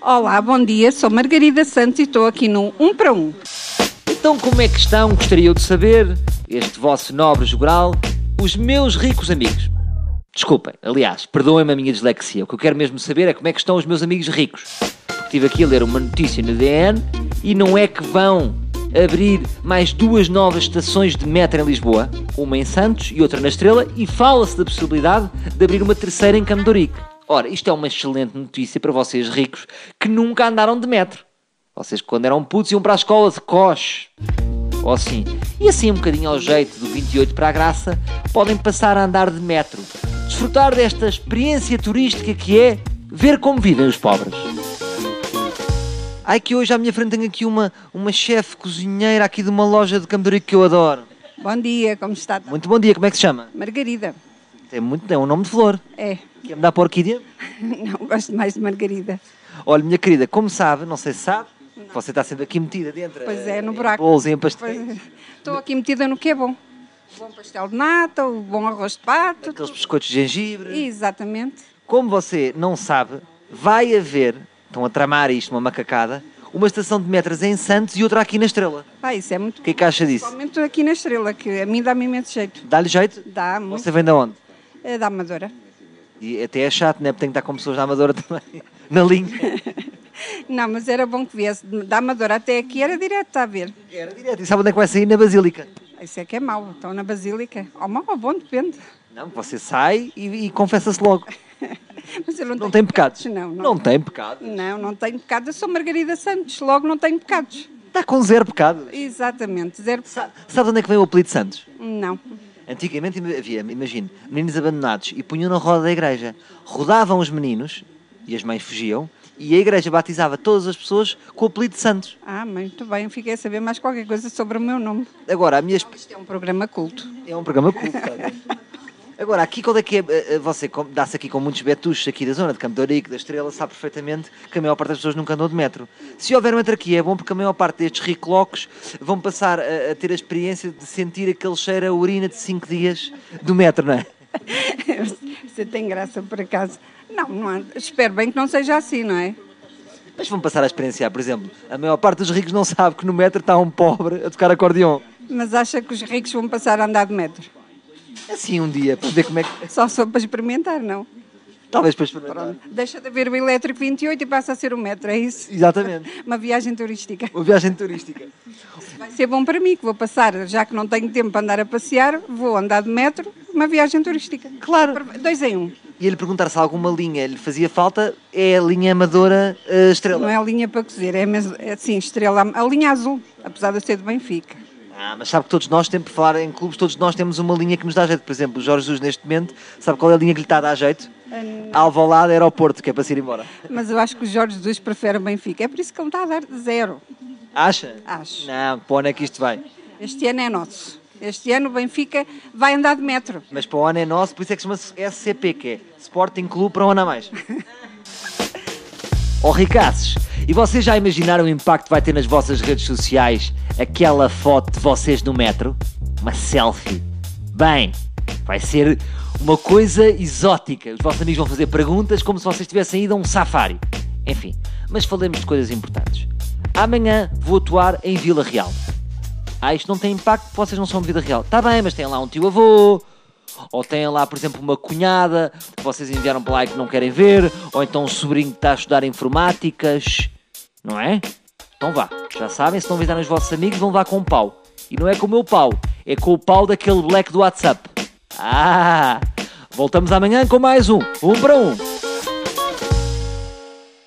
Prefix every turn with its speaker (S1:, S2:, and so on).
S1: Olá, bom dia. Sou Margarida Santos e estou aqui no 1 para 1.
S2: Então, como é que estão? Gostaria eu de saber, este vosso nobre jural, os meus ricos amigos. Desculpem, aliás, perdoem-me a minha dislexia. O que eu quero mesmo saber é como é que estão os meus amigos ricos. Porque estive aqui a ler uma notícia no DN e não é que vão abrir mais duas novas estações de metro em Lisboa, uma em Santos e outra na Estrela, e fala-se da possibilidade de abrir uma terceira em Camborique. Ora, isto é uma excelente notícia para vocês ricos que nunca andaram de metro. Vocês, quando eram putos, iam para a escola de coche. Ou assim. E assim, um bocadinho ao jeito do 28 para a graça, podem passar a andar de metro. Desfrutar desta experiência turística que é ver como vivem os pobres. Ai que hoje à minha frente tenho aqui uma, uma chefe cozinheira aqui de uma loja de Camboriú que eu adoro.
S1: Bom dia, como está?
S2: Muito bom dia, como é que se chama?
S1: Margarida.
S2: É, muito, é um nome de flor.
S1: É,
S2: Quer me dar para a orquídea?
S1: não gosto mais de Margarida.
S2: Olha, minha querida, como sabe, não sei se sabe, você está sendo aqui metida dentro. eh,
S1: Pois é, no
S2: em
S1: buraco.
S2: Bolos, e em
S1: Pois
S2: pastéis.
S1: é. Estou aqui metida no que é bom. O Bom pastel de nata, o bom arroz de pato.
S2: Aqueles biscoitos de gengibre.
S1: Exatamente.
S2: Como você não sabe, vai haver, estão a tramar isto, uma macacada, uma estação de metros em Santos e outra aqui na Estrela.
S1: Ah, isso é muito
S2: O que é que acha disso?
S1: Principalmente aqui na Estrela, que a mim dá-me imenso jeito.
S2: Dá-lhe jeito?
S1: Dá muito.
S2: Você vem de onde?
S1: É da Amadora.
S2: E até é chato, né? Porque tem que estar com pessoas da Amadora também, na linha.
S1: Não, mas era bom que viesse. Da Amadora até aqui era direto, está a ver?
S2: Era direto. E sabe onde é que vai sair? Na Basílica.
S1: Isso é que é mau. Estão na Basílica. Ou mau ou bom, depende.
S2: Não, você sai e, e confessa-se logo.
S1: Mas eu não,
S2: Não tem
S1: tenho
S2: pecados.
S1: Não, não.
S2: Não tem pecado.
S1: Não, não tenho pecados. Eu sou Margarida Santos, logo não tenho pecados.
S2: Está com zero pecado.
S1: Exatamente, zero pecado.
S2: Sa- Sabe onde é que vem o apelido de Santos?
S1: Não.
S2: Antigamente im- havia, imagino, meninos abandonados e punham na roda da igreja. Rodavam os meninos e as mães fugiam e a igreja batizava todas as pessoas com o apelido de Santos.
S1: Ah, mas muito bem, fiquei a saber mais qualquer coisa sobre o meu nome.
S2: Agora, a minha esp-
S1: Isto é um programa culto.
S2: é um programa culto. sabe? Agora, aqui qual é que é, eh, eh, você com- dá-se aqui com muitos betuchos aqui da zona, de Campo de Ourique, da Estrela, sabe perfeitamente que a maior parte das pessoas nunca andou de metro. Se houver um metro aqui, é bom porque a maior parte destes riclocos vão passar a, a ter a experiência de sentir aquele cheiro a urina de 5 dias do metro, não é?
S1: Você tem graça por acaso. Não, não há- espero bem que não seja assim, não é?
S2: Mas vão passar a experienciar, por exemplo, a maior parte dos ricos não sabe que no metro está um pobre a tocar acordeão.
S1: Mas acha que os ricos vão passar a andar de metro?
S2: Assim um dia, para ver como é que.
S1: Só sou para experimentar, não?
S2: Talvez para experimentar.
S1: Pronto. Deixa de haver o elétrico 28 e passa a ser o metro, é isso?
S2: Exatamente.
S1: Uma viagem turística.
S2: Uma viagem turística.
S1: Vai ser bom para mim, que vou passar, já que não tenho tempo para andar a passear, vou andar de metro, uma viagem turística.
S2: Claro.
S1: Dois em um.
S2: E ele perguntar se alguma linha lhe fazia falta, é a linha amadora eh,
S1: Não
S2: estrela.
S1: é a linha para cozer, é, mesmo, é assim, estrela, a linha azul, apesar de eu ser de Benfica.
S2: Ah, mas sabe que todos nós temos, por falar em clubes, todos nós temos uma linha que nos dá jeito. Por exemplo, o Jorge Jesus, neste momento, sabe qual é a linha que lhe está a dar jeito? Alvalade Aeroporto, que é para se ir embora.
S1: Mas eu acho que o Jorge Jesus prefere o Benfica, é por isso que ele está a dar zero.
S2: Acha?
S1: Acho.
S2: Não, para onde é que isto vai?
S1: Este ano é nosso. Este ano o Benfica vai andar de metro.
S2: Mas para o ano é nosso, por isso é que chama-se SCP, que é Sporting Clube para o ano a mais. oh, ricaços! E vocês já imaginaram o impacto que vai ter nas vossas redes sociais aquela foto de vocês no metro? Uma selfie. Bem, vai ser uma coisa exótica. Os vossos amigos vão fazer perguntas como se vocês tivessem ido a um safari. Enfim, mas falemos de coisas importantes. Amanhã vou atuar em Vila Real. Ah, isto não tem impacto porque vocês não são de vida real. Está bem, mas tem lá um tio-avô. Ou têm lá, por exemplo, uma cunhada que vocês enviaram para lá e que não querem ver. Ou então um sobrinho que está a estudar informáticas. Não é? Então vá. Já sabem, se não avisarem os vossos amigos, vão levar com um pau. E não é com o meu pau. É com o pau daquele black do WhatsApp. Ah! Voltamos amanhã com mais um. Um para um.